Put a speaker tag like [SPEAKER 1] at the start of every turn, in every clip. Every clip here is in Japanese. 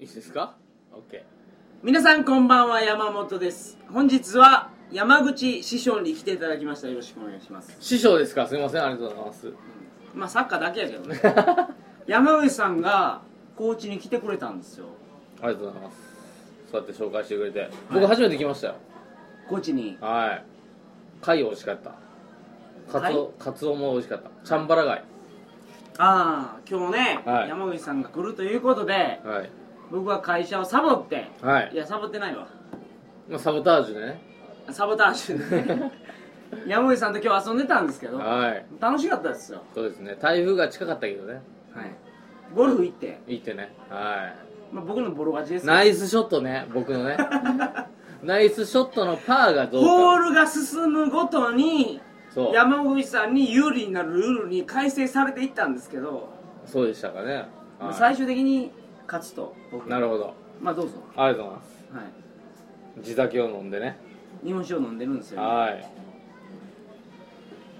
[SPEAKER 1] いいですかオッケー
[SPEAKER 2] 皆さんこんばんは山本です本日は山口師匠に来ていただきましたよろしくお願いします
[SPEAKER 1] 師匠ですかすいませんありがとうございます
[SPEAKER 2] まあサッカーだけやけど ね山口さんが高知に来てくれたんですよ
[SPEAKER 1] ありがとうございますそうやって紹介してくれて僕初めて来ましたよ
[SPEAKER 2] 高知に
[SPEAKER 1] はい貝美味しかったカツオカツオも美味しかったチャンバラ貝
[SPEAKER 2] ああ今日ね、
[SPEAKER 1] はい
[SPEAKER 2] 山口さんが来るということで
[SPEAKER 1] はい
[SPEAKER 2] 僕は会社をサボって、
[SPEAKER 1] はい
[SPEAKER 2] い、やサボってないわ
[SPEAKER 1] まあ、サボタージュでね
[SPEAKER 2] サボタージュ でね山口さんと今日遊んでたんですけど
[SPEAKER 1] はい
[SPEAKER 2] 楽しかったですよ
[SPEAKER 1] そうですね台風が近かったけどね
[SPEAKER 2] はいゴルフ行って、
[SPEAKER 1] いいってねは
[SPEAKER 2] まあ、僕のボロ勝ちで
[SPEAKER 1] い
[SPEAKER 2] すけど
[SPEAKER 1] ナイスショットね僕のねナイスショットのパーがどう
[SPEAKER 2] ホー
[SPEAKER 1] か
[SPEAKER 2] ルが進むごとに
[SPEAKER 1] そう
[SPEAKER 2] 山口さんに有利になるルールに改正されていったんですけど、
[SPEAKER 1] そうでしたかね、はい
[SPEAKER 2] 最終的に勝つと僕
[SPEAKER 1] なるほど
[SPEAKER 2] まあどうぞ、
[SPEAKER 1] ありがとうございます
[SPEAKER 2] は
[SPEAKER 1] 地酒を飲んでね
[SPEAKER 2] い、日本酒を飲んでるんですよ、
[SPEAKER 1] はい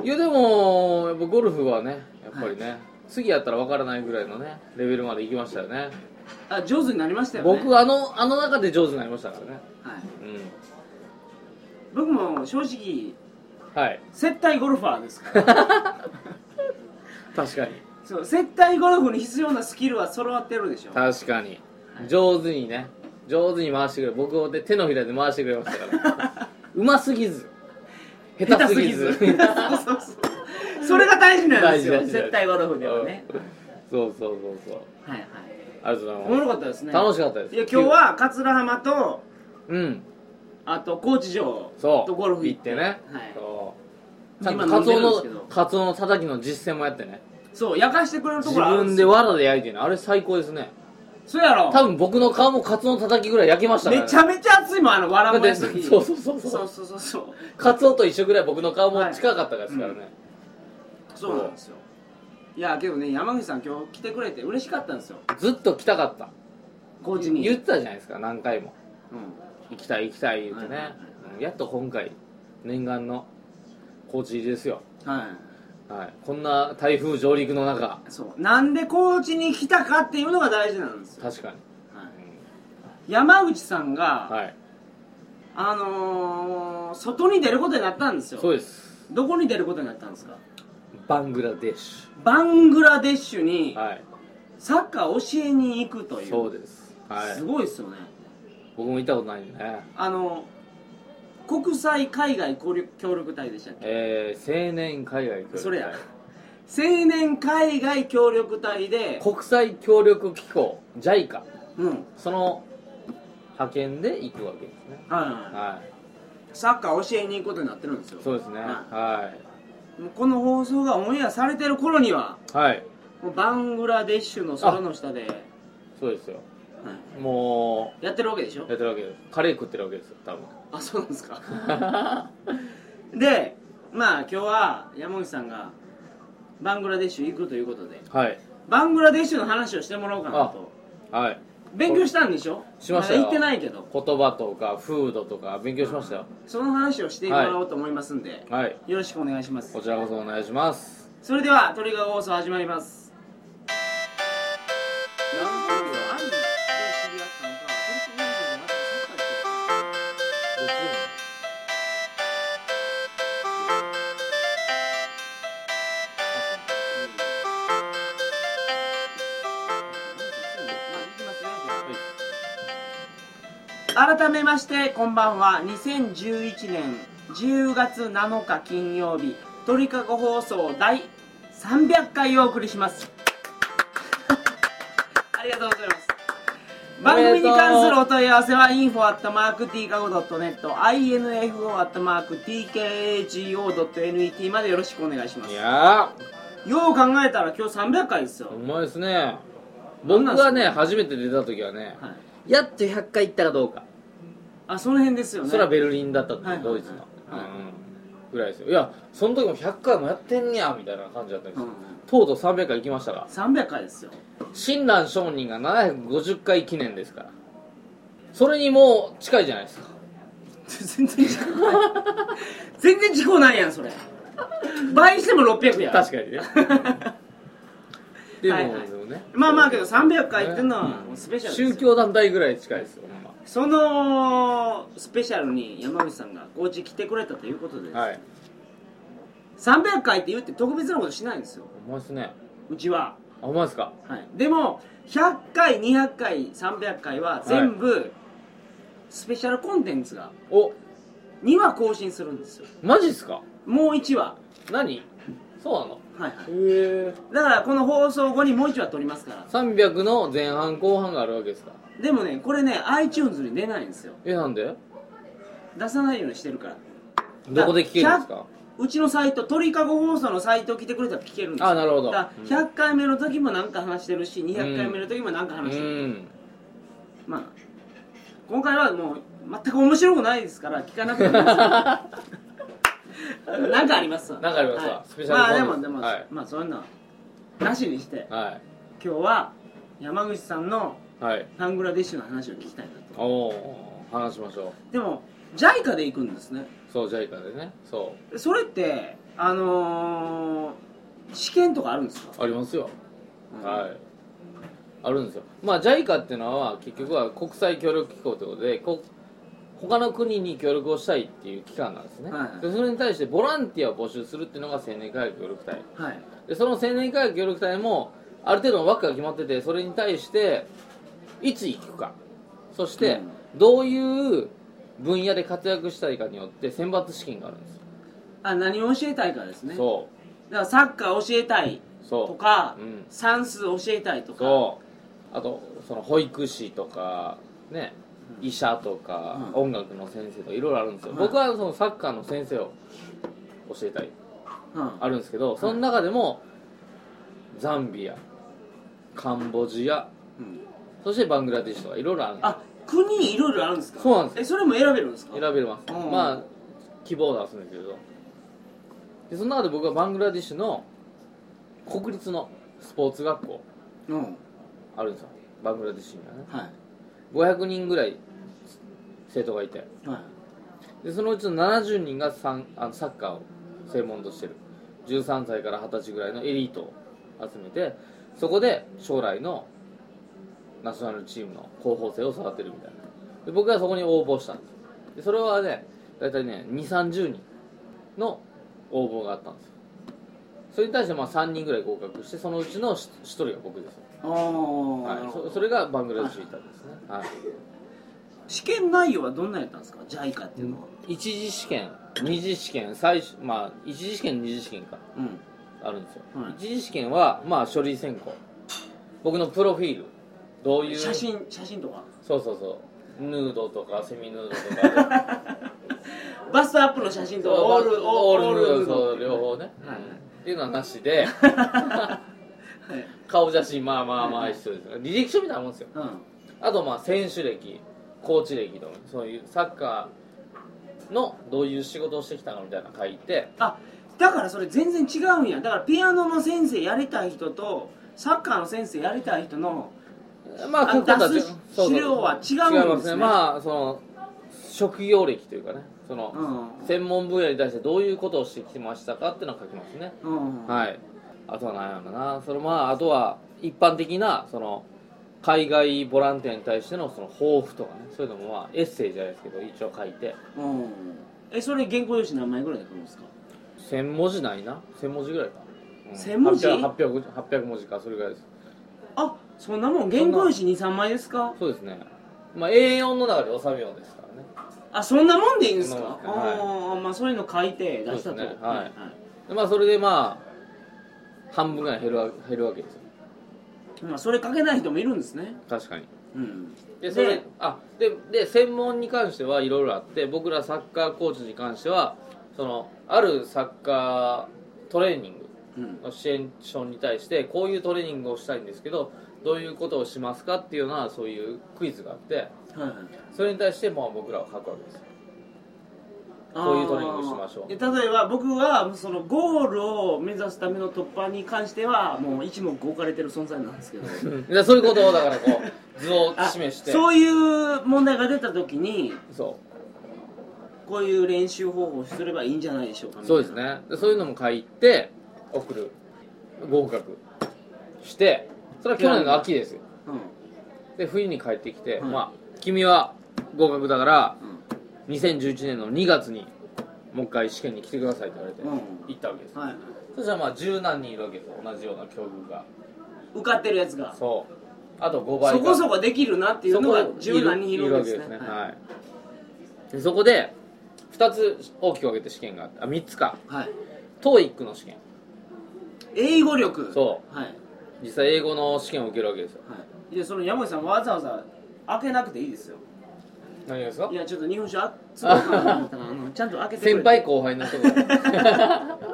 [SPEAKER 1] いやでもやっぱゴルフはねやっぱりね、次やったらわからないぐらいのねレベルまで行きましたよね
[SPEAKER 2] あ上手になりましたよね
[SPEAKER 1] 僕あのあの中で上手になりましたからね
[SPEAKER 2] はい、
[SPEAKER 1] うん
[SPEAKER 2] 僕も正直
[SPEAKER 1] はい
[SPEAKER 2] 接待ゴルファーで すから
[SPEAKER 1] 確かに
[SPEAKER 2] そう接待ゴルフに必要なスキルは揃わってるでしょ
[SPEAKER 1] 確かに上手にね上手に回してくれ僕をで手のひらで回してくれましたからうますぎず下手すぎず
[SPEAKER 2] そう そうそうそれが大事なんですよ
[SPEAKER 1] 大事大事大事
[SPEAKER 2] 接待ゴルフではね
[SPEAKER 1] そうそうそうそう
[SPEAKER 2] はいはい
[SPEAKER 1] ありがとう
[SPEAKER 2] お
[SPEAKER 1] ござ
[SPEAKER 2] も
[SPEAKER 1] い
[SPEAKER 2] ろ
[SPEAKER 1] ま
[SPEAKER 2] かったです
[SPEAKER 1] す
[SPEAKER 2] ね
[SPEAKER 1] 楽しかったです
[SPEAKER 2] いや今日は桂浜と
[SPEAKER 1] うん
[SPEAKER 2] あと高知城
[SPEAKER 1] そう
[SPEAKER 2] とゴルフ行って
[SPEAKER 1] ね、
[SPEAKER 2] はい
[SPEAKER 1] そうちゃん
[SPEAKER 2] 今
[SPEAKER 1] と
[SPEAKER 2] 飲
[SPEAKER 1] カ
[SPEAKER 2] ん
[SPEAKER 1] ツ
[SPEAKER 2] で
[SPEAKER 1] オ
[SPEAKER 2] るんですけど
[SPEAKER 1] のカツオのたたきの実践もやってね
[SPEAKER 2] そう焼かしてくれると
[SPEAKER 1] 自
[SPEAKER 2] ころあるん
[SPEAKER 1] 分
[SPEAKER 2] です
[SPEAKER 1] で
[SPEAKER 2] よ
[SPEAKER 1] わらで焼いてねあれ最高ですね
[SPEAKER 2] そうやろ
[SPEAKER 1] 多分僕の顔もカツオのたたきぐらい焼けましたから、ね、
[SPEAKER 2] めちゃめちゃ熱いもんあの笑もや
[SPEAKER 1] だっ
[SPEAKER 2] 時
[SPEAKER 1] てそうそうそうそう
[SPEAKER 2] そうそうそうそう
[SPEAKER 1] カツオと一緒ぐらい僕の顔も近かったですからね、
[SPEAKER 2] はそうなんですよいやけどね山口さん今日来てくれて嬉しかったんですよ
[SPEAKER 1] ずっと来たかった
[SPEAKER 2] 高知に
[SPEAKER 1] 言ってたじゃないですか何回も
[SPEAKER 2] う
[SPEAKER 1] 行きたい行きたい言ってね、
[SPEAKER 2] はいはいはい
[SPEAKER 1] うんやっと今回念願の高知入りですよ、
[SPEAKER 2] んは
[SPEAKER 1] はい、こんな台風上陸の中
[SPEAKER 2] いそうなんで高知に来たかっていうのが大事なんですよ、
[SPEAKER 1] 確かに、
[SPEAKER 2] は
[SPEAKER 1] う
[SPEAKER 2] い、山口さんが、
[SPEAKER 1] んはい
[SPEAKER 2] あのー、外に出ることになったんですよ
[SPEAKER 1] そうです
[SPEAKER 2] どこに出ることになったんですか
[SPEAKER 1] バングラデシ
[SPEAKER 2] バングラデッシュに
[SPEAKER 1] ュはい
[SPEAKER 2] サッカー教えに行くという
[SPEAKER 1] そうです、はい、
[SPEAKER 2] すごいですよね
[SPEAKER 1] 僕も行ったことないんでね
[SPEAKER 2] あの国際海外協力協力隊でしたっけ
[SPEAKER 1] えー、青年海外協力隊
[SPEAKER 2] それや青年海外協力隊で
[SPEAKER 1] 国際協力機構 JICA
[SPEAKER 2] うんはい
[SPEAKER 1] その派遣で行くわけですね
[SPEAKER 2] はいは
[SPEAKER 1] はい
[SPEAKER 2] サッカー教えに行くことになってるんですよ
[SPEAKER 1] いそうですね
[SPEAKER 2] は
[SPEAKER 1] はい
[SPEAKER 2] もうこの放送がオンエアされてる頃にはい
[SPEAKER 1] はい
[SPEAKER 2] もうバングラデシュの空の下で、は
[SPEAKER 1] そうですよ
[SPEAKER 2] い
[SPEAKER 1] も
[SPEAKER 2] やってるわけでしょ
[SPEAKER 1] うやってるわけですカレー食ってるわけですよ 多分
[SPEAKER 2] あそうなんですかでまあ今日は山口さんがバングラデシュ行くということで
[SPEAKER 1] はい
[SPEAKER 2] バングラデシュの話をしてもらおうかなと
[SPEAKER 1] はい
[SPEAKER 2] 勉強したんでしょ
[SPEAKER 1] しましたよ
[SPEAKER 2] だ行ってないけど
[SPEAKER 1] 言葉とかフードとか勉強しましたよ
[SPEAKER 2] その話をしてもらおうと思いますんで、
[SPEAKER 1] はい
[SPEAKER 2] よろしくお願いします
[SPEAKER 1] こちらこそお願いします
[SPEAKER 2] それではトリガー放送始まります改めましてこんばんは2011年10月7日金曜日鳥かご放送第300回をお送りします ありがとうございます番組に関するお問い合わせは info.tkago.net info.tkago.net までよろしくお願いしま
[SPEAKER 1] い
[SPEAKER 2] すよ
[SPEAKER 1] やー
[SPEAKER 2] う考えたら今日300回ですよ、
[SPEAKER 1] うまいですね
[SPEAKER 2] どん
[SPEAKER 1] 僕
[SPEAKER 2] なん
[SPEAKER 1] がね初めて出た時はね、
[SPEAKER 2] はい、
[SPEAKER 1] やっと100回行ったかどうか
[SPEAKER 2] あその辺ですよね
[SPEAKER 1] それはベルリンだったって、
[SPEAKER 2] はいはいはい
[SPEAKER 1] ドイツの、
[SPEAKER 2] はい
[SPEAKER 1] うんぐらいですよいやその時も100回もやってんねやみたいな感じだったんですよ、
[SPEAKER 2] うん
[SPEAKER 1] とうとう300回行きましたが
[SPEAKER 2] 300回ですよ
[SPEAKER 1] 親鸞上人が750回記念ですからそれにもう近いじゃないですか
[SPEAKER 2] 全然事故ない全然事故ないやんそれ倍しても600や
[SPEAKER 1] 確かにねでも、
[SPEAKER 2] はいは
[SPEAKER 1] で
[SPEAKER 2] い
[SPEAKER 1] もね
[SPEAKER 2] まあまあけど300回っていうのはもうスペシャルですよ
[SPEAKER 1] 宗教団体ぐらい近いですよほんま
[SPEAKER 2] そのスペシャルに山口さんが高知来てくれたということです、
[SPEAKER 1] はい
[SPEAKER 2] 300回って言って特別なことしないんですよ
[SPEAKER 1] ほんまですね
[SPEAKER 2] うちは、
[SPEAKER 1] あほんまですか
[SPEAKER 2] はい、でも100回200回300回は全部スペシャルコンテンツが
[SPEAKER 1] お
[SPEAKER 2] 2話更新するんですよ
[SPEAKER 1] マジっすか
[SPEAKER 2] もう1話
[SPEAKER 1] 何そうなの
[SPEAKER 2] はいはい
[SPEAKER 1] へえ
[SPEAKER 2] だからこの放送後にもう1話撮りますから
[SPEAKER 1] 300の前半後半があるわけですか
[SPEAKER 2] でもねこれね iTunes に出ないんですよ
[SPEAKER 1] えなんで
[SPEAKER 2] 出さないようにしてるから
[SPEAKER 1] どこで聞けるんですか
[SPEAKER 2] うちのサイト鳥かご放送のサイト来てくれたら聞けるんですよ
[SPEAKER 1] あなるほど
[SPEAKER 2] だから100回目の時も何か話してるし200回目の時も何か
[SPEAKER 1] う
[SPEAKER 2] 話してる、
[SPEAKER 1] ん
[SPEAKER 2] まあ今回はもう全く面白くないですから聞かなくてもい いですなんかありますわ
[SPEAKER 1] なんかありますわ
[SPEAKER 2] はい
[SPEAKER 1] スペシャルコンテンツ
[SPEAKER 2] まあでもでも、
[SPEAKER 1] はい
[SPEAKER 2] まあそういうのはなしにして
[SPEAKER 1] は
[SPEAKER 2] 今日は山口さんの
[SPEAKER 1] いはい
[SPEAKER 2] バングラデシュの話を聞きたいなと
[SPEAKER 1] おお話しましょう
[SPEAKER 2] でも JICA で行くんですね
[SPEAKER 1] そうジャイカでねそ
[SPEAKER 2] それってあのー、試験とかあるんですか
[SPEAKER 1] うありますよはいあるんですよまあ JICA っていうのは結局は国際協力機構ということでこ他の国に協力をしたいっていう機関なんですね、
[SPEAKER 2] はいはい
[SPEAKER 1] でそれに対してボランティアを募集するっていうのが青年会協力隊
[SPEAKER 2] いはい
[SPEAKER 1] でその青年会協力隊もある程度の枠が決まっててそれに対していつ行くかそしてどういう分野で活躍したいかによって選抜試験があるんですよ、
[SPEAKER 2] あ何を教えたいかですねだか
[SPEAKER 1] そ
[SPEAKER 2] らサッカー教えたいう
[SPEAKER 1] そう
[SPEAKER 2] とか、
[SPEAKER 1] うん
[SPEAKER 2] 算数教えたいとか
[SPEAKER 1] そうあとその保育士とかね医者とか、
[SPEAKER 2] うん
[SPEAKER 1] 音楽の先生とかいろいろあるんですよ、
[SPEAKER 2] はい
[SPEAKER 1] 僕はそのサッカーの先生を教えたい
[SPEAKER 2] うん
[SPEAKER 1] あるんですけどその中でも、ザンビアカンボジア
[SPEAKER 2] うん
[SPEAKER 1] そしてバングラデシュとかいろいろあるんです
[SPEAKER 2] あ国いろいろあるんですか
[SPEAKER 1] そうなんです
[SPEAKER 2] えそれも選べるんですか
[SPEAKER 1] 選べます、
[SPEAKER 2] うん
[SPEAKER 1] まあ希望を出すんですけどでその中で僕はバングラデシュの国立のスポーツ学校
[SPEAKER 2] うん
[SPEAKER 1] あるんですよバングラデシュにはね
[SPEAKER 2] は
[SPEAKER 1] 500人ぐらい生徒がいて
[SPEAKER 2] いは
[SPEAKER 1] でそのうちの70人がサンあのサッカーを専門としてる13歳から20歳ぐらいのエリートを集めてそこで将来のナショナルチームの候補生を育てるみたいなで僕はそこに応募したんですでそれはね大体ね2 3 0人の応募があったんですよそれに対してまあ3人ぐらい合格してそのうちの1人が僕ですよ、
[SPEAKER 2] いおお、
[SPEAKER 1] は
[SPEAKER 2] な
[SPEAKER 1] い、
[SPEAKER 2] るほど
[SPEAKER 1] そそれがバングラデシュにいたんですね、はい
[SPEAKER 2] 試験内容はどんなやったんですか JICA っていうのは
[SPEAKER 1] 一次試験二次試験最初まあ一次試験二次試験か
[SPEAKER 2] うん
[SPEAKER 1] あるんですよ、
[SPEAKER 2] はい
[SPEAKER 1] 一次試験はまあ書類選考僕のプロフィールどういう
[SPEAKER 2] 写真写真とか
[SPEAKER 1] そうそうそうヌードとかセミヌードとか
[SPEAKER 2] バストアップの写真とか オール
[SPEAKER 1] オ
[SPEAKER 2] オ
[SPEAKER 1] ー
[SPEAKER 2] ー
[SPEAKER 1] ル
[SPEAKER 2] ル
[SPEAKER 1] ヌード
[SPEAKER 2] ヌード
[SPEAKER 1] そう両方ね、
[SPEAKER 2] はい
[SPEAKER 1] うんっていうのはなし で
[SPEAKER 2] はい
[SPEAKER 1] 顔写真まあまあまあ一緒です履歴書みたいなもんですよ
[SPEAKER 2] うん
[SPEAKER 1] あとまあ選手歴コーチ歴とかそういうサッカーのどういう仕事をしてきたかみたいなの書いて
[SPEAKER 2] あだからそれ全然違うんやだからピアノの先生やりたい人とサッカーの先生やりたい人の
[SPEAKER 1] まあ、
[SPEAKER 2] あ
[SPEAKER 1] ここだって
[SPEAKER 2] 出す資料は違うんですね
[SPEAKER 1] そうそう違いますね。まあ、その、職業歴というかね、その、
[SPEAKER 2] うん
[SPEAKER 1] 専門分野に対してどういうことをしてきましたかっていうのを書きますね。
[SPEAKER 2] うん
[SPEAKER 1] はい。あとは何やろな。そのまあ、あとは一般的な、その、海外ボランティアに対してのその抱負とかね、そういうのもまあ、エッセイじゃないですけど、一応書いて。
[SPEAKER 2] うんえそれ原稿用紙何枚ぐらいで書くんですか
[SPEAKER 1] 1000文字ないな。1000文字ぐらいか。うん
[SPEAKER 2] 1000文字
[SPEAKER 1] ?800、800文字か、それぐらいです。
[SPEAKER 2] あそんなもん原稿用紙23枚ですか
[SPEAKER 1] そうですね。まあ、A4 の中で収めようですからね。
[SPEAKER 2] あそんなもんでいいんですか、
[SPEAKER 1] そんなもんですね
[SPEAKER 2] ああまあそういうの書いて出し
[SPEAKER 1] そ
[SPEAKER 2] た
[SPEAKER 1] う
[SPEAKER 2] と、
[SPEAKER 1] ですねはいでまあそれでまあ半分ぐらい減るわ減るわけですよ
[SPEAKER 2] まあ、それ書けない人もいるんですね
[SPEAKER 1] 確かに
[SPEAKER 2] うん
[SPEAKER 1] でそれあでで専門に関してはいろいろあって僕らサッカーコーチに関してはそのあるサッカートレーニング
[SPEAKER 2] うん
[SPEAKER 1] の支援書に対してこういうトレーニングをしたいんですけどどういうことをしますかっていうようなそういうクイズがあって
[SPEAKER 2] はいはい
[SPEAKER 1] それに対してまあ僕らは書くわけですよこういうトレーニングしましょう
[SPEAKER 2] あーで例えば僕はそのゴールを目指すための突破に関してはもう一目置かれてる存在なんですけど
[SPEAKER 1] でそういうことをだからこう図を
[SPEAKER 2] あ
[SPEAKER 1] 示して
[SPEAKER 2] そういう問題が出た時に
[SPEAKER 1] そう
[SPEAKER 2] こういう練習方法をすればいいんじゃないでしょうかみたいな
[SPEAKER 1] そうですねでそういうのも書いて送る合格してそれは去年の秋ですよ
[SPEAKER 2] うん
[SPEAKER 1] で冬に帰ってきて、
[SPEAKER 2] はい
[SPEAKER 1] まあ君は合格だから
[SPEAKER 2] う
[SPEAKER 1] 2011年の2月にもう一回試験に来てくださいって言われて、
[SPEAKER 2] うん
[SPEAKER 1] 行ったわけです
[SPEAKER 2] んはい
[SPEAKER 1] そしたらまあ十何人いるわけですよ同じような境遇が
[SPEAKER 2] 受かってるやつがそ
[SPEAKER 1] そうあと5倍が
[SPEAKER 2] こそこできるなっていうのが柔軟に広いですね
[SPEAKER 1] いるわけですね
[SPEAKER 2] は
[SPEAKER 1] はいでそこで2つ大きく分けて試験があってあ3つか
[SPEAKER 2] い、はい、
[SPEAKER 1] TOEIC の試験
[SPEAKER 2] 英語力
[SPEAKER 1] そう
[SPEAKER 2] はい、
[SPEAKER 1] 実際英語の試験を受けるわけですよ
[SPEAKER 2] はい、でその山口さんわざわざ開けなくていいですよ
[SPEAKER 1] 何がですか
[SPEAKER 2] いやちょっと日本酒あつかなと思ったからあのちゃんと開けてくれて
[SPEAKER 1] 先輩後輩のところ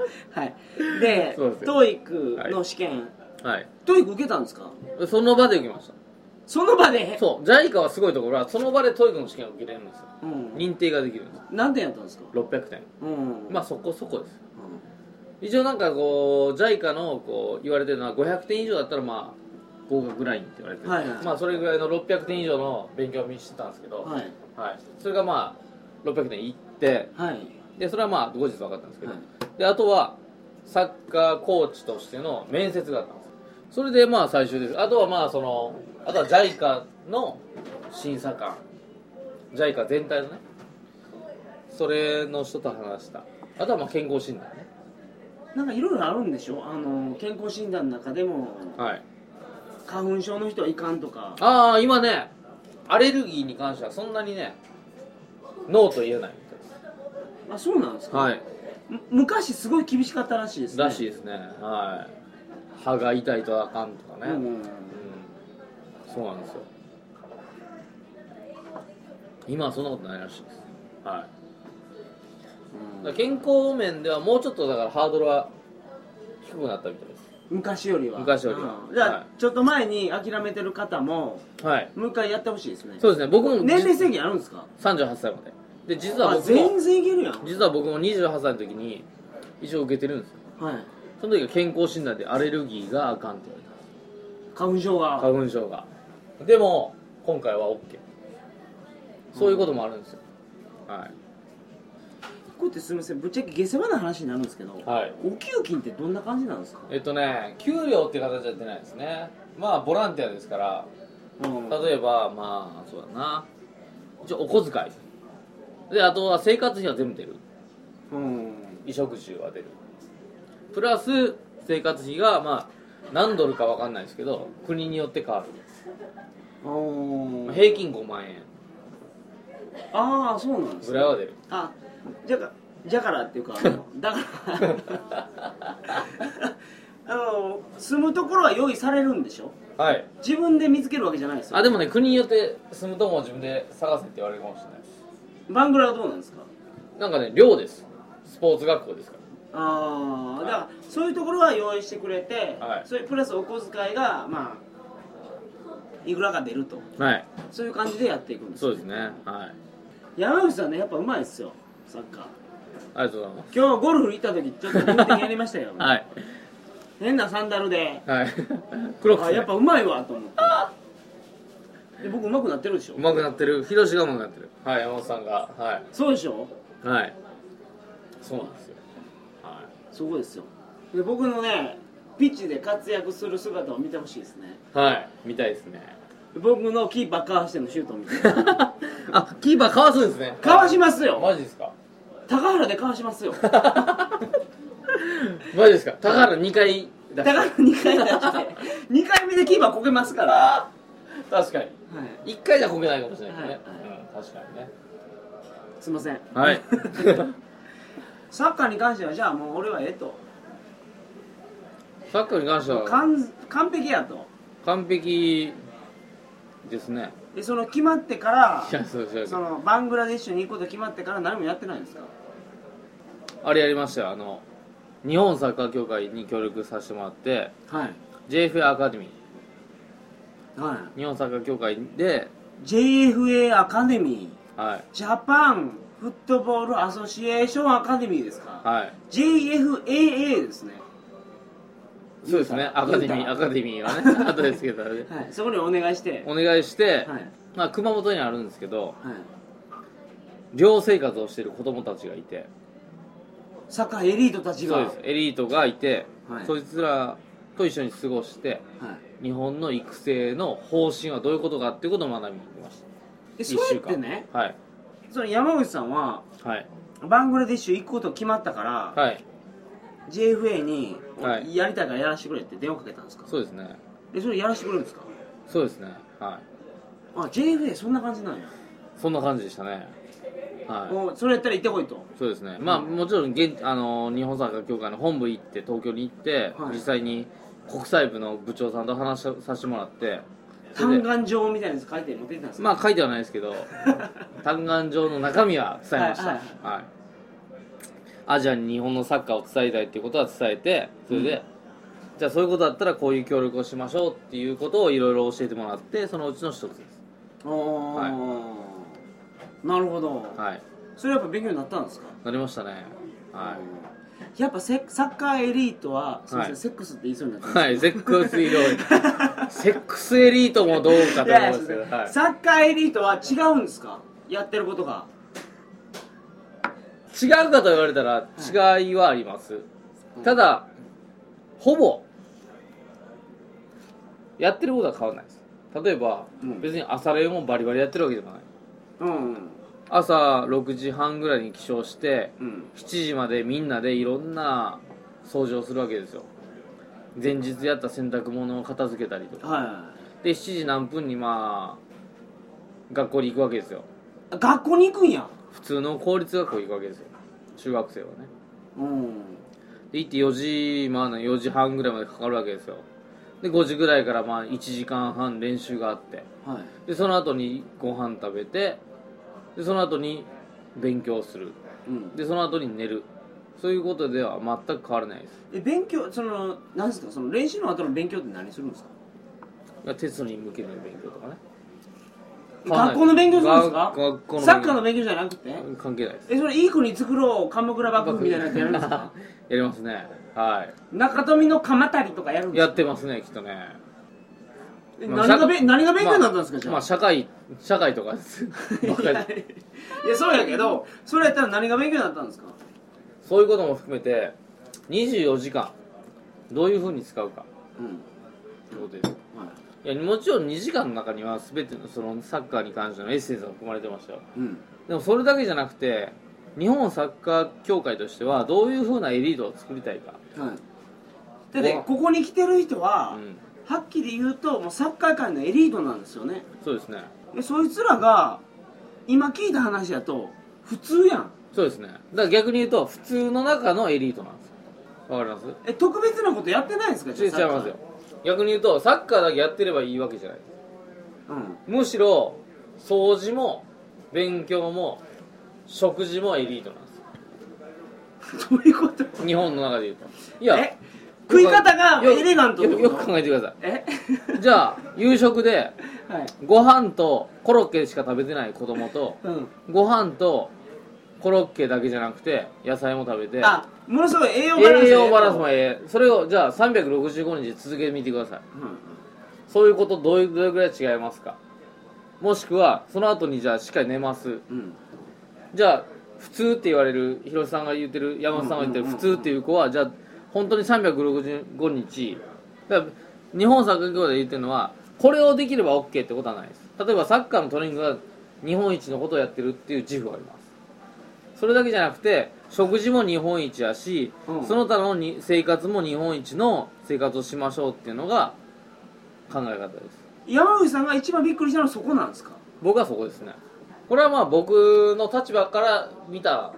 [SPEAKER 2] はいで
[SPEAKER 1] そうですよ
[SPEAKER 2] TOEIC の試験、
[SPEAKER 1] はい
[SPEAKER 2] TOEIC 受けたんですか
[SPEAKER 1] その場で受けまし
[SPEAKER 2] その場
[SPEAKER 1] た
[SPEAKER 2] で
[SPEAKER 1] そう JICA はすごいところはその場で TOEIC の試験を受けれるんですよ
[SPEAKER 2] うん、
[SPEAKER 1] 認定ができるんです
[SPEAKER 2] 何点やったんですか
[SPEAKER 1] 600点
[SPEAKER 2] うん
[SPEAKER 1] まあそこそこです
[SPEAKER 2] うん
[SPEAKER 1] 一応なんかこう JICA のこう言われてるのは500点以上だったらまあ合格ラインって言われてる、
[SPEAKER 2] はいはい
[SPEAKER 1] まあそれぐらいの600点以上の勉強を見せてたんですけど、
[SPEAKER 2] はい
[SPEAKER 1] はいそれがまあ600点いって
[SPEAKER 2] はい
[SPEAKER 1] でそれはまあ後日分かったんですけど、
[SPEAKER 2] はい
[SPEAKER 1] であとはサッカーコーチとしての面接があったんですそれでまあ最終ですあとはまあそのあとは JICA の審査官 JICA 全体のねそれの人と話したあとはまあ健康診断ね
[SPEAKER 2] なんかいろいろあるんでしょあの健康診断の中でも
[SPEAKER 1] はい
[SPEAKER 2] 花粉症の人はいかんとか
[SPEAKER 1] ああ今ねアレルギーに関してはそんなにねノーと言えないみたいです
[SPEAKER 2] あそうなんですか、
[SPEAKER 1] はい
[SPEAKER 2] む昔すごい厳しかったらしいですね
[SPEAKER 1] らしいですねはい歯が痛いとあかんとかね、
[SPEAKER 2] うんうんうん
[SPEAKER 1] うんそうなんですよ今はそんなことないらしいですはいだから健康面ではもうちょっとだからハードルは低くなったみたいで
[SPEAKER 2] 昔よりは
[SPEAKER 1] 昔よりは
[SPEAKER 2] うんじゃあ、
[SPEAKER 1] はい
[SPEAKER 2] ちょっと前に諦めてる方も
[SPEAKER 1] すはい
[SPEAKER 2] もう一回やってほしいですね
[SPEAKER 1] そうですね僕も
[SPEAKER 2] 年齢
[SPEAKER 1] じ
[SPEAKER 2] 制限あるんですか
[SPEAKER 1] 38歳までで実は
[SPEAKER 2] あ
[SPEAKER 1] 僕も
[SPEAKER 2] 全然いけるやん
[SPEAKER 1] 実は僕も28歳の時に一応受けてるんですよ
[SPEAKER 2] はい
[SPEAKER 1] その時は健康診断でアレルギーがあかんって言われたんです
[SPEAKER 2] 花粉症が
[SPEAKER 1] 花粉症がでも今回は OK そういうこともあるんですよ、はい
[SPEAKER 2] こうってすみませんぶっちゃけ下世話な話になるんですけど、
[SPEAKER 1] はい
[SPEAKER 2] お給金ってどんな感じなんですか、
[SPEAKER 1] えっとね給料って形は出ないですねまあボランティアですから
[SPEAKER 2] うん
[SPEAKER 1] 例えばまあそうだな一応お小遣いであとは生活費は全部出る
[SPEAKER 2] うん
[SPEAKER 1] 衣食住は出るプラス生活費がまあ何ドルか分かんないですけど国によって変わ
[SPEAKER 2] うん
[SPEAKER 1] る平均5万円
[SPEAKER 2] ああそうなんです
[SPEAKER 1] ぐ
[SPEAKER 2] ね
[SPEAKER 1] らいは出る
[SPEAKER 2] あじゃかじゃからっていうかあ のだから あの住むところは用意されるんでしょ
[SPEAKER 1] はい
[SPEAKER 2] 自分で見つけるわけじゃないですよ
[SPEAKER 1] あでもね国によって住むとこも自分で探せって言われるかもしれないです
[SPEAKER 2] バングラはどうなんですか
[SPEAKER 1] なんかね寮ですスポーツ学校ですか
[SPEAKER 2] ああだからそういうところは用意してくれて、
[SPEAKER 1] はい
[SPEAKER 2] それプラスお小遣いがまあいくらか出ると
[SPEAKER 1] らはい
[SPEAKER 2] そういう感じでやっていくんです
[SPEAKER 1] そう
[SPEAKER 2] よ
[SPEAKER 1] ですねはい
[SPEAKER 2] 山口さんねやっぱうまいですよサッカー
[SPEAKER 1] ありがとうございます
[SPEAKER 2] 今日ゴルフ行った時ちょっと運転やりましたよ
[SPEAKER 1] はい
[SPEAKER 2] 変なサンダルで
[SPEAKER 1] はい 黒く
[SPEAKER 2] あやっぱうまいわと思ってで僕うまくなってるでしょ
[SPEAKER 1] うまくなってるヒロシがうまくなってるはい山本さんがは
[SPEAKER 2] そうでしょ
[SPEAKER 1] いはいそうなんですよは
[SPEAKER 2] そこですよで僕のねピッチで活躍する姿を見てほしいですね
[SPEAKER 1] いはい見たいです ね
[SPEAKER 2] 僕のキーパーかわしてのシュート を見て
[SPEAKER 1] あキーパーかわすんですね
[SPEAKER 2] かわしますよ
[SPEAKER 1] マジですか
[SPEAKER 2] 高原でかわしますよ
[SPEAKER 1] マジですか高原2回
[SPEAKER 2] だ
[SPEAKER 1] だ
[SPEAKER 2] から2回出して2回目でキーパーこけますから、は
[SPEAKER 1] 確かに
[SPEAKER 2] い、
[SPEAKER 1] 1回じゃこけないかもしれないけどね、
[SPEAKER 2] は
[SPEAKER 1] う
[SPEAKER 2] い
[SPEAKER 1] ん確かにね
[SPEAKER 2] すいません
[SPEAKER 1] はい
[SPEAKER 2] サッカーに関してはじゃあもう俺はええと
[SPEAKER 1] サッカーに関しては
[SPEAKER 2] 完完璧やと
[SPEAKER 1] 完璧ですね
[SPEAKER 2] でその決まってから
[SPEAKER 1] いやそうそう
[SPEAKER 2] そのバングラデシュに行くこと決まってから何もやってないんですか
[SPEAKER 1] あれやりましたよあの日本サッカー協会に協力させてもらって
[SPEAKER 2] はい
[SPEAKER 1] JFA アカデミー
[SPEAKER 2] は
[SPEAKER 1] 日本サッカー協会で
[SPEAKER 2] い JFA アカデミー
[SPEAKER 1] はい
[SPEAKER 2] ジャパンフットボールアソシエーションアカデミーですか、
[SPEAKER 1] はい
[SPEAKER 2] JFAA ですね
[SPEAKER 1] そうですねアカデミ
[SPEAKER 2] 言う
[SPEAKER 1] ー
[SPEAKER 2] た
[SPEAKER 1] アカデミーは ね後ですけどね
[SPEAKER 2] はいそこにお願いして
[SPEAKER 1] お願いして、
[SPEAKER 2] はい
[SPEAKER 1] まあ、熊本にあるんですけど
[SPEAKER 2] はい
[SPEAKER 1] 寮生活をしてる子供たちがいて
[SPEAKER 2] サッカーエリートたちが
[SPEAKER 1] そうですエリートがいて、
[SPEAKER 2] はい
[SPEAKER 1] そいつらと一緒に過ごして
[SPEAKER 2] はい
[SPEAKER 1] 日本の育成の方針はどういうことかっていうことを学びに行きました
[SPEAKER 2] で
[SPEAKER 1] 一
[SPEAKER 2] そうや
[SPEAKER 1] 週
[SPEAKER 2] って
[SPEAKER 1] 間
[SPEAKER 2] ね
[SPEAKER 1] はい
[SPEAKER 2] その山口さんは
[SPEAKER 1] はい
[SPEAKER 2] バングラディッシュ行くこと決まったから、
[SPEAKER 1] はい
[SPEAKER 2] JFA に、
[SPEAKER 1] はい
[SPEAKER 2] やりたいからやらしてくれって電話かけたんですか
[SPEAKER 1] そうですね
[SPEAKER 2] でそれやらしてくれるんですか
[SPEAKER 1] そうですねはい
[SPEAKER 2] あ JFA そんな感じなんや、
[SPEAKER 1] そんな感じでしたねはい
[SPEAKER 2] おそれやったら行ってこいと
[SPEAKER 1] そうですねまあもちろん現あの日本サッカー協会の本部行って東京に行って、
[SPEAKER 2] はい
[SPEAKER 1] 実際に国際部の部長さんと話しさせてもらってそれ
[SPEAKER 2] 嘆
[SPEAKER 1] で
[SPEAKER 2] 願状みたいなやつ書いて持ってきたんですか、
[SPEAKER 1] まあ書いてはないです けど嘆願状の中身は伝えました
[SPEAKER 2] は
[SPEAKER 1] はいい、
[SPEAKER 2] はい
[SPEAKER 1] アジアに日本のサッカーを伝えたいっていうことは伝えてそれで、じゃあそういうことだったらこういう協力をしましょうっていうことをいろいろ教えてもらってそのうちの一つです
[SPEAKER 2] おー、なるほど、
[SPEAKER 1] はい
[SPEAKER 2] それやっぱ勉強になったんですか
[SPEAKER 1] なりましたねは
[SPEAKER 2] やっぱセサッカーエリートはすいません、
[SPEAKER 1] はい
[SPEAKER 2] セックスって言いそうになった
[SPEAKER 1] い
[SPEAKER 2] んです
[SPEAKER 1] はいセックスエリートセックスエリートもどうか
[SPEAKER 2] い
[SPEAKER 1] と思い
[SPEAKER 2] やい
[SPEAKER 1] ま
[SPEAKER 2] や
[SPEAKER 1] すけど、はい、
[SPEAKER 2] サッカーエリートは違うんですかやってることが
[SPEAKER 1] 違うかと言われたら違いはあります、
[SPEAKER 2] うん
[SPEAKER 1] ただほぼやってることは変わらないです例えば、
[SPEAKER 2] うん
[SPEAKER 1] 別に朝練をバリバリやってるわけでもない
[SPEAKER 2] うんうん
[SPEAKER 1] 朝6時半ぐらいに起床して
[SPEAKER 2] うん
[SPEAKER 1] 7時までみんなでいろんな掃除をするわけですよ前日やった洗濯物を片付けたりとか
[SPEAKER 2] は
[SPEAKER 1] で7時何分にまあ学校に行くわけですよ
[SPEAKER 2] い学校に行くんや
[SPEAKER 1] 普通の公立学校行くわけですよ中学生はね
[SPEAKER 2] うん
[SPEAKER 1] で行って4時まあね4時半ぐらいまでかかるわけですよで5時ぐらいからまあ1時間半練習があって
[SPEAKER 2] はい
[SPEAKER 1] でその後にご飯食べてでその後に勉強する
[SPEAKER 2] うん
[SPEAKER 1] でその後に寝るそういうことでは全く変わらないです
[SPEAKER 2] え勉強そのなんですかその練習の後の勉強って何するんですか
[SPEAKER 1] まあテストに向ける勉強とかね
[SPEAKER 2] 学校の勉強するんですか
[SPEAKER 1] 学学校の勉強
[SPEAKER 2] サッカーの勉強じゃなくて
[SPEAKER 1] 関係ないです
[SPEAKER 2] えそれいい国作ろう鎌倉幕府みたいなやつやるんですか
[SPEAKER 1] やりますねは
[SPEAKER 2] 中富の鎌足りとかやるん
[SPEAKER 1] い
[SPEAKER 2] で
[SPEAKER 1] や
[SPEAKER 2] す
[SPEAKER 1] ってますねきっとね
[SPEAKER 2] え
[SPEAKER 1] まあ
[SPEAKER 2] 何がべ何が勉強になったん
[SPEAKER 1] ま
[SPEAKER 2] ですか
[SPEAKER 1] あ
[SPEAKER 2] じゃあ
[SPEAKER 1] まあ社会社会とかですばっかり
[SPEAKER 2] いやそうやけどそれやったら何が勉強になったんですか
[SPEAKER 1] そういうことも含めて24時間どういうふうに使うか
[SPEAKER 2] うん
[SPEAKER 1] ってことです
[SPEAKER 2] はい
[SPEAKER 1] いやもちろん2時間の中には全てのそのサッカーに関してのエッセンスが含まれてましたよ
[SPEAKER 2] うん
[SPEAKER 1] でもそれだけじゃなくて日本サッカー協会としてはどういうふうなエリートを作りたいか、
[SPEAKER 2] はいだってここに来てる人
[SPEAKER 1] う
[SPEAKER 2] は、
[SPEAKER 1] ん、
[SPEAKER 2] はっきり言うともうサッカー界のエリートなんですよね
[SPEAKER 1] そうですね
[SPEAKER 2] でそいつらが今聞いた話だと普通やん
[SPEAKER 1] そうですねだから逆に言うと普通の中のエリートなんですよわかります
[SPEAKER 2] え特別なことやってないんですか
[SPEAKER 1] 違いますよ、逆に言うとサッカーだけやってればいいわけじゃない
[SPEAKER 2] サッカーうん、
[SPEAKER 1] むしろ掃除も勉強も食事もエリートなんです
[SPEAKER 2] どういうこと
[SPEAKER 1] 日本の中で言うとい
[SPEAKER 2] え食い方がエレガントって
[SPEAKER 1] よ
[SPEAKER 2] こ
[SPEAKER 1] くよく
[SPEAKER 2] と
[SPEAKER 1] 考えてくださ
[SPEAKER 2] え
[SPEAKER 1] いじゃあ夕食で
[SPEAKER 2] はい
[SPEAKER 1] ご飯とコロッケしか食べてない子供と
[SPEAKER 2] うん
[SPEAKER 1] ご飯とコロッケだけじゃなくて野菜も食べて
[SPEAKER 2] あものすごい栄養バランス
[SPEAKER 1] 栄養バランスも
[SPEAKER 2] え
[SPEAKER 1] ええそれをじゃあ365日続けてみてください
[SPEAKER 2] えとうん
[SPEAKER 1] そういうことどういうどれぐらい違いますかもしくはその後にじゃあしっかり寝ます
[SPEAKER 2] うん
[SPEAKER 1] じゃあ普通って言われる広瀬さんが言ってる山本さんが言ってる
[SPEAKER 2] うんうん
[SPEAKER 1] 普
[SPEAKER 2] うんうん
[SPEAKER 1] 通っていう子はじゃあ本当に365日だから日本サッカー協会で言ってるのはこれをできれば OK ってことはないです例えばサッカーのトレーニングが日本一のことをやってるっていう自負がありますそれだけじゃなくて食事も日本一やし、
[SPEAKER 2] うん
[SPEAKER 1] その他のに生活も日本一の生活をしましょうっていうのが考え方です
[SPEAKER 2] 山口さんが一番びっくりしたのはそこなんですか
[SPEAKER 1] 僕はそこですねこれはまあ僕の立場から見た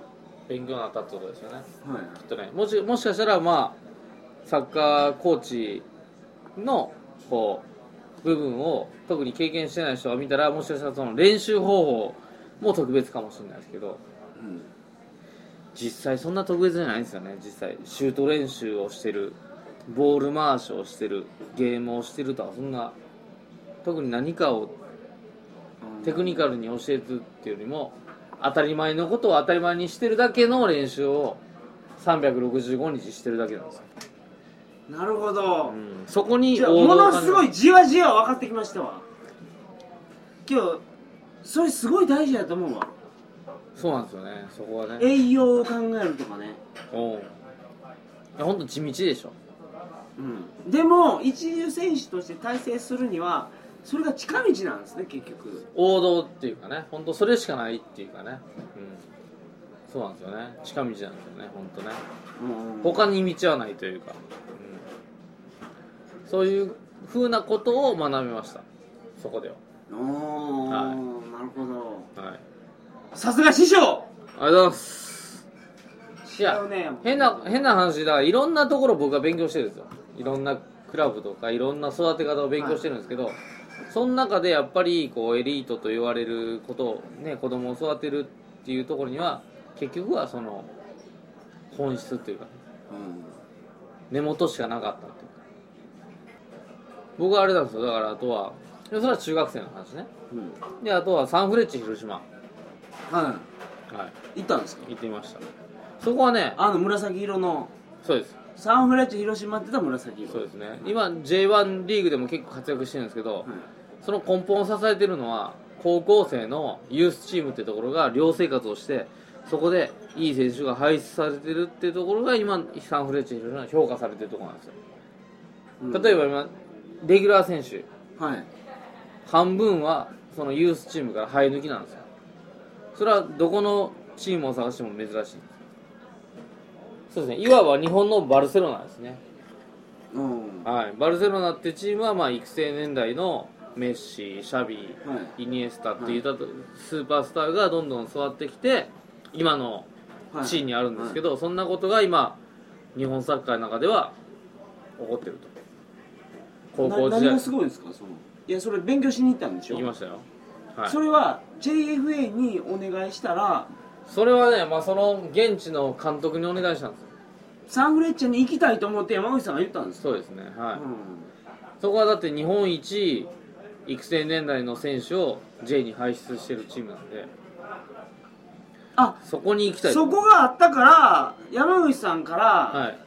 [SPEAKER 1] 勉強になったってことですよね
[SPEAKER 2] はい
[SPEAKER 1] きっとねもしもしかしたらまあサッカーコーチのこう部分を特に経験してない人が見たらもしかしたらその練習方法も特別かもしれないですけど
[SPEAKER 2] うん
[SPEAKER 1] 実際そんな特別じゃないんですよね実際シュート練習をしてるボール回しをしてるゲームをしてるとはそんな特に何かをテクニカルに教えるっていうよりも当たり前のことを当たり前にしてるだけの練習を365日してるだけなんですよ、
[SPEAKER 2] なるほど、
[SPEAKER 1] うん、そこに
[SPEAKER 2] じゃあ
[SPEAKER 1] 王
[SPEAKER 2] も
[SPEAKER 1] 道を
[SPEAKER 2] の
[SPEAKER 1] 感じ
[SPEAKER 2] すごいじわじわ分かってきましたわ今日それすごい大事だと思うわ
[SPEAKER 1] そうなんですよねそこはね
[SPEAKER 2] 栄養を考えるとかね
[SPEAKER 1] おういやほんと地道でしょ
[SPEAKER 2] うん、でも一流選手として大成するにはそれが近道なんですね結局
[SPEAKER 1] 王道っていうかね本当それしかないっていうかね、うん、そうなんですよね近道なんですよね本当ね他に道はないというか、うん、そういう風なことを学びましたそこで
[SPEAKER 2] おお、
[SPEAKER 1] は
[SPEAKER 2] なるほど
[SPEAKER 1] ははい
[SPEAKER 2] さすが師匠
[SPEAKER 1] ありがとうございますい
[SPEAKER 2] あ
[SPEAKER 1] や
[SPEAKER 2] のね
[SPEAKER 1] 変な変な話だからいろんなところ僕は勉強してるんですよいろんなクラブとかいろんな育て方を勉強してるんですけど、その中でやっぱりこうエリートと言われることをね子供を育てるっていうところには結局はその本質っていうか
[SPEAKER 2] う
[SPEAKER 1] 根元しかなかったっていうか僕はあれなんですよだからあとはそれは中学生の話ね
[SPEAKER 2] ん、うん、
[SPEAKER 1] であとはサンフレッチェ広島は
[SPEAKER 2] はいい行ったんですか
[SPEAKER 1] 行ってみましたそこはね
[SPEAKER 2] あの紫色の
[SPEAKER 1] そうです
[SPEAKER 2] サンフレッチェ広島って言ったら紫色
[SPEAKER 1] そうですね今 J1 リーグでも結構活躍してるんですけど、
[SPEAKER 2] はい
[SPEAKER 1] その根本を支えてるのは高校生のユースチームってところが寮生活をしてそこでいい選手が輩出されてるってところが今サンフレッチェ広島は評価されてるところなんですよ、
[SPEAKER 2] うん
[SPEAKER 1] 例えば今レギュラー選手
[SPEAKER 2] はい
[SPEAKER 1] 半分はそのユースチームから生え抜きなんですよそれはどこのチームを探しても珍しいんですよそうですねいわば日本のバルセロナですね
[SPEAKER 2] うんは
[SPEAKER 1] はい、バルセロナってチームはまあ育成年代のメッシ、シャビ、イニエスタっていうたとスーパースターがどんどん育ってきて今の
[SPEAKER 2] い
[SPEAKER 1] 地位にあるんですけど、そんなことが今日本サッカーの中では起こってると高
[SPEAKER 2] な
[SPEAKER 1] 校時
[SPEAKER 2] 何
[SPEAKER 1] 代
[SPEAKER 2] がすごいんですかそのいやそれ勉強しに行ったんでしょ
[SPEAKER 1] 行きましたよ、はい、
[SPEAKER 2] そ
[SPEAKER 1] それ
[SPEAKER 2] れは JFA にお願いしたら
[SPEAKER 1] はね、まあ、その現地の監督にお願いしたんですよ
[SPEAKER 2] サンフレッチェに行きたいと思って山口さんが言ったんです
[SPEAKER 1] そうですねはい、
[SPEAKER 2] う
[SPEAKER 1] そこはだって日本一育成年代の選手を J に輩出してるチームなんで
[SPEAKER 2] あ
[SPEAKER 1] そこに行きた
[SPEAKER 2] ん、
[SPEAKER 1] いと
[SPEAKER 2] そこがあったから山口さんから、
[SPEAKER 1] はい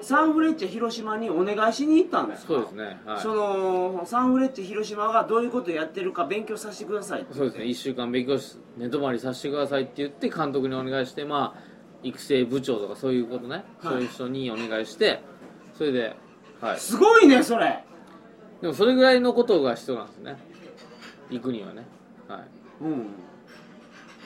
[SPEAKER 2] サンフレッチェ広島にお願いしに行ったんですか
[SPEAKER 1] そうですね、はい、
[SPEAKER 2] そのサンフレッチェ広島がどういうことやってるか勉強させてくださいって
[SPEAKER 1] そうですね1週間勉強し寝泊まりさせてくださいって言って監督にお願いしてまあ育成部長とかそういうことね、そういう人にお願いしてそれではい
[SPEAKER 2] すごいねそれ
[SPEAKER 1] でもそれぐらいのことが必要なんですね行くにはねは
[SPEAKER 2] うん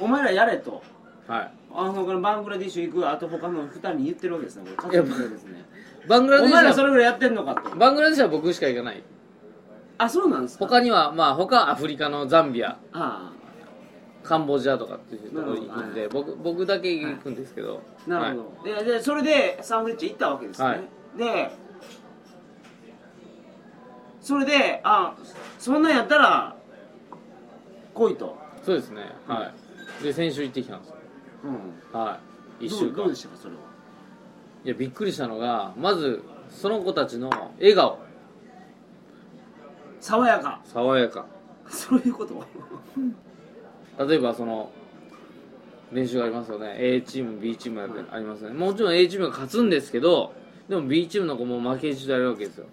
[SPEAKER 2] お前らやれと
[SPEAKER 1] い、はい、
[SPEAKER 2] あのこのバングラディッシュ行くあと他の2人に言ってるわけですねこ
[SPEAKER 1] い
[SPEAKER 2] れ
[SPEAKER 1] や
[SPEAKER 2] 家族ですね
[SPEAKER 1] バングラデ
[SPEAKER 2] お前
[SPEAKER 1] ィッ
[SPEAKER 2] ら
[SPEAKER 1] シ
[SPEAKER 2] そ
[SPEAKER 1] ュは
[SPEAKER 2] れぐらいやってんのかと
[SPEAKER 1] バングラディッシュは僕しか行かない
[SPEAKER 2] あそうなんですか
[SPEAKER 1] 他にはまあ他アフリカのザンビア
[SPEAKER 2] あ
[SPEAKER 1] カンボジアとかっていうところに行くんで、
[SPEAKER 2] な
[SPEAKER 1] 僕僕だけ行くんですけど、
[SPEAKER 2] あなる
[SPEAKER 1] はい
[SPEAKER 2] ほど、ででそれでサンフレッチェ行ったわけですね、
[SPEAKER 1] はい
[SPEAKER 2] でそれであそんなんやったら来いと、
[SPEAKER 1] そうですねはいで先週行ってきたんですよ
[SPEAKER 2] うん、
[SPEAKER 1] はい1
[SPEAKER 2] ど
[SPEAKER 1] 週
[SPEAKER 2] うどう
[SPEAKER 1] 間
[SPEAKER 2] でしたかそれはい
[SPEAKER 1] やびっくりしたのがまずその子たちの笑顔
[SPEAKER 2] 爽やか
[SPEAKER 1] 爽やか
[SPEAKER 2] そういうこと
[SPEAKER 1] 例えばその練習がありますよね A チーム B チームなんてありますよね、もちろん A チームが勝つんですけどでも B チームの子も負けじとやるわけですよ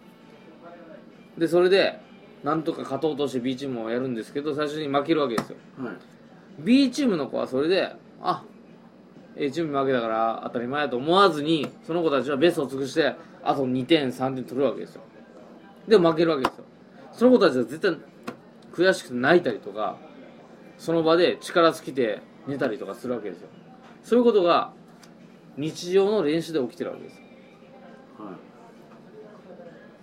[SPEAKER 1] でそれでなんとか勝とうとして B チームをやるんですけど最初に負けるわけですよ
[SPEAKER 2] はい
[SPEAKER 1] B チームの子はそれであ A チームに負けたから当たり前やと思わずにその子たちはベストを尽くしてあと2点3点取るわけですよで負けるわけですよその子たちは絶対悔しくて泣いたりとかその場で力尽きて寝たりとかするわけですよそういうことが日常の練習で起きてるわけですよ
[SPEAKER 2] はい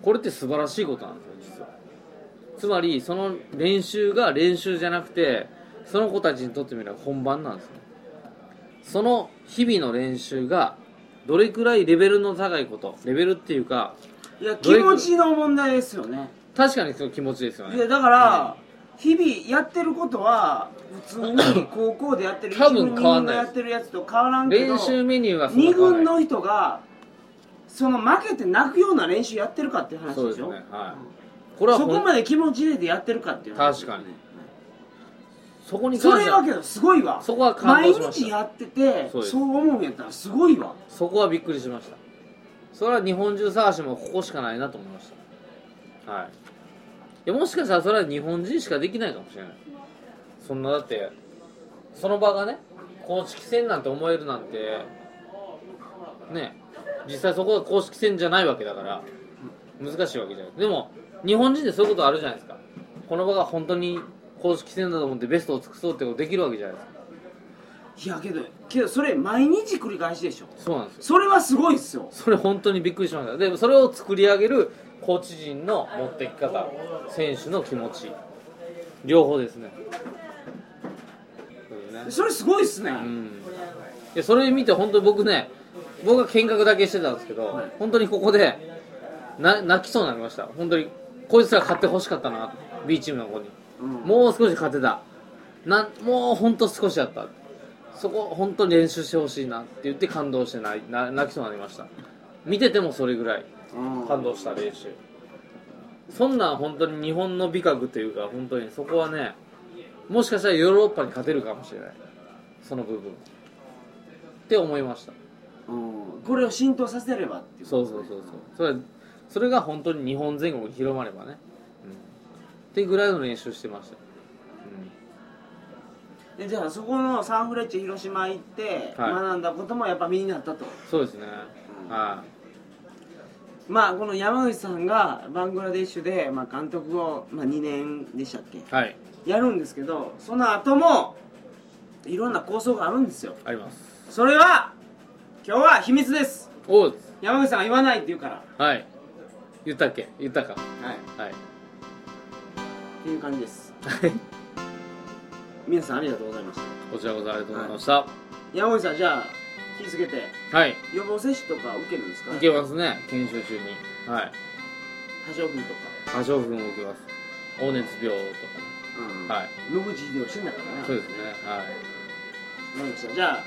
[SPEAKER 1] これって素晴らしいことなんですよ実はつまりその練習が練習じゃなくてその子たちにとってみれば本番なんですねその日々の練習がどれくらいレベルの高いことレベルっていうか
[SPEAKER 2] いや
[SPEAKER 1] ど
[SPEAKER 2] 気
[SPEAKER 1] れく
[SPEAKER 2] 持ちの問題ですよね
[SPEAKER 1] 確かにその気持ちですよ
[SPEAKER 2] いや
[SPEAKER 1] ね
[SPEAKER 2] だから、日々やってることは普通に 高校でやってる
[SPEAKER 1] 多分変わん
[SPEAKER 2] 一軍二軍が
[SPEAKER 1] ない
[SPEAKER 2] やってるやつと変わらんけど
[SPEAKER 1] 練習メニューはそんな
[SPEAKER 2] 2
[SPEAKER 1] 変わら
[SPEAKER 2] 軍
[SPEAKER 1] ない
[SPEAKER 2] の人がその負けて泣くような練習やってるかっていう話
[SPEAKER 1] そう
[SPEAKER 2] で
[SPEAKER 1] で
[SPEAKER 2] し
[SPEAKER 1] すね
[SPEAKER 2] ょ
[SPEAKER 1] はいこれは
[SPEAKER 2] そ
[SPEAKER 1] ほん
[SPEAKER 2] こまで気持ち入れてやってるかっていう話
[SPEAKER 1] 確かに
[SPEAKER 2] ね
[SPEAKER 1] そこに
[SPEAKER 2] そ
[SPEAKER 1] 関し
[SPEAKER 2] れ
[SPEAKER 1] て
[SPEAKER 2] は
[SPEAKER 1] は
[SPEAKER 2] けどすごいわ
[SPEAKER 1] そこは感
[SPEAKER 2] 毎
[SPEAKER 1] 動しました
[SPEAKER 2] 日やってて
[SPEAKER 1] そうです
[SPEAKER 2] そう思うんやったらすごいわ
[SPEAKER 1] そこはびっくりしましたそれは日本中探しもここしかないなと思いましたはいいやもしかしたらそれは日本人しかできないかもしれないそんなだってその場がね公式戦なんて思えるなんてね実際そこが公式戦じゃないわけだから難しいわけじゃないでも日本人でそういうことあるじゃないですかこの場が本当に公式戦だと思ってベストを尽くそうってことできるわけじゃないですか
[SPEAKER 2] いやけどけどそれ毎日繰り返しでしょ
[SPEAKER 1] そうなんですよ
[SPEAKER 2] それはすごいっすよ
[SPEAKER 1] それ本当にびっくりしましたでそれを作り上げるコーチ陣の持ってき方選手の気持ち両方ですねそうですね
[SPEAKER 2] それすごいっすね、
[SPEAKER 1] うんいやそれ見て本当に僕ね僕は見学だけしてたんですけど、本当にここでな泣きそうになりました本当にこいつら勝ってほしかったな B チームの子に、
[SPEAKER 2] うん
[SPEAKER 1] もう少し勝てたなんもう本当少しだったそこ本当に練習してほしいなって言って感動してないな泣きそうになりました見ててもそれぐらい
[SPEAKER 2] うん
[SPEAKER 1] 感動した練習そんなん本当に日本の美学というか本当にそこはねもしかしたらヨーロッパに勝てるかもしれないその部分って思いました
[SPEAKER 2] うんこれを浸透させればっていう
[SPEAKER 1] そうそうそうそうそれそれが本当に日本全国に広まればね、うん、ってぐらいの練習してました、
[SPEAKER 2] えじゃあそこのサンフレッチェ広島行って
[SPEAKER 1] はい
[SPEAKER 2] 学んだこともやっぱ身になったと、
[SPEAKER 1] うん、そうですね
[SPEAKER 2] うん
[SPEAKER 1] は
[SPEAKER 2] まあこの山口さんがバングラデシュで、まあ、監督を、まあ、2年でしたっけ
[SPEAKER 1] いはい
[SPEAKER 2] やるんですけどその後もいろんな構想があるんですよ
[SPEAKER 1] あります
[SPEAKER 2] それは今日は秘密です
[SPEAKER 1] おう
[SPEAKER 2] 山口さんが言わないって言うから
[SPEAKER 1] はい言ったっけ言ったか
[SPEAKER 2] は い
[SPEAKER 1] はい
[SPEAKER 2] っていう感じです
[SPEAKER 1] はい
[SPEAKER 2] 皆さんありがとうございました
[SPEAKER 1] こちらこそありがとうございました
[SPEAKER 2] 山口さんじゃあ気づけて
[SPEAKER 1] はい、
[SPEAKER 2] 予防接種とか受けるんですか
[SPEAKER 1] いけますね研修中にはい
[SPEAKER 2] 多少分とか
[SPEAKER 1] 過小分を受けます黄熱病とかね
[SPEAKER 2] うん
[SPEAKER 1] はい
[SPEAKER 2] 野口秀夫してんだからな
[SPEAKER 1] そうですね
[SPEAKER 2] 山口さんじゃあ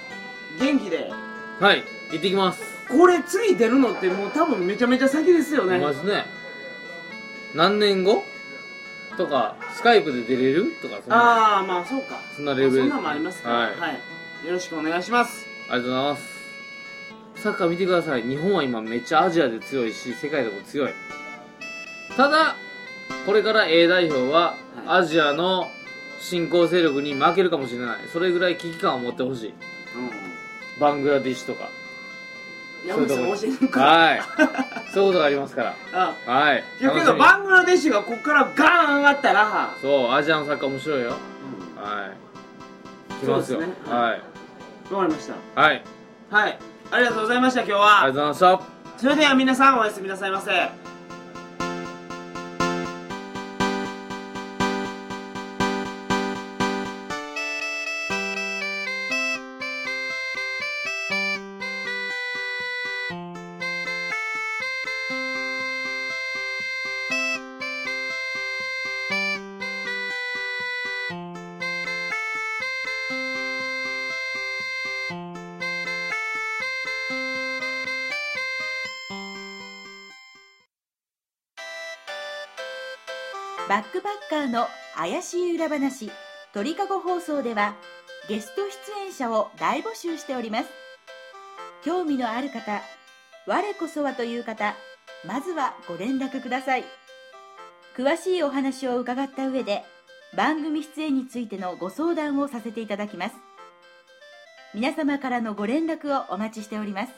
[SPEAKER 2] 元気で
[SPEAKER 1] はいはい行ってきます
[SPEAKER 2] これ次出るのってもう多分めちゃめちゃ先ですよ
[SPEAKER 1] い
[SPEAKER 2] ね
[SPEAKER 1] ますね何年後とかスカイプで出れるとかそんなあ
[SPEAKER 2] ああまあそうか
[SPEAKER 1] そんなレベルです
[SPEAKER 2] そんなんもありますから
[SPEAKER 1] はい
[SPEAKER 2] よろしくお願いします
[SPEAKER 1] りがとうございますサッカー見てください日本は今めっちゃアジアで強いし世界でも強いただこれから A 代表は
[SPEAKER 2] は
[SPEAKER 1] アジアの新興勢力に負けるかもしれないそれぐらい危機感を持ってほしい
[SPEAKER 2] うん
[SPEAKER 1] バングラディッシュとか
[SPEAKER 2] 山口さん教えてるから
[SPEAKER 1] はいそういうことがありますから
[SPEAKER 2] あ
[SPEAKER 1] はい
[SPEAKER 2] いやけ
[SPEAKER 1] 楽し
[SPEAKER 2] ど
[SPEAKER 1] み
[SPEAKER 2] バングラデシュがここからガーン上がったら、
[SPEAKER 1] そうアジアのサッカー面白いよ
[SPEAKER 2] う
[SPEAKER 1] はい来ますよ、
[SPEAKER 2] そうですね
[SPEAKER 1] はい
[SPEAKER 2] ん、わかりました
[SPEAKER 1] はい
[SPEAKER 2] はいありがとうございました今日
[SPEAKER 1] あ
[SPEAKER 2] は
[SPEAKER 1] りがとうございました
[SPEAKER 2] それでは皆さんおやすみなさいませ
[SPEAKER 3] バックバッカーの怪しい裏話鳥かご放送ではゲスト出演者を大募集しております興味のある方我こそはという方まずはご連絡ください詳しいお話を伺った上で番組出演についてのご相談をさせていただきます皆様からのご連絡をお待ちしております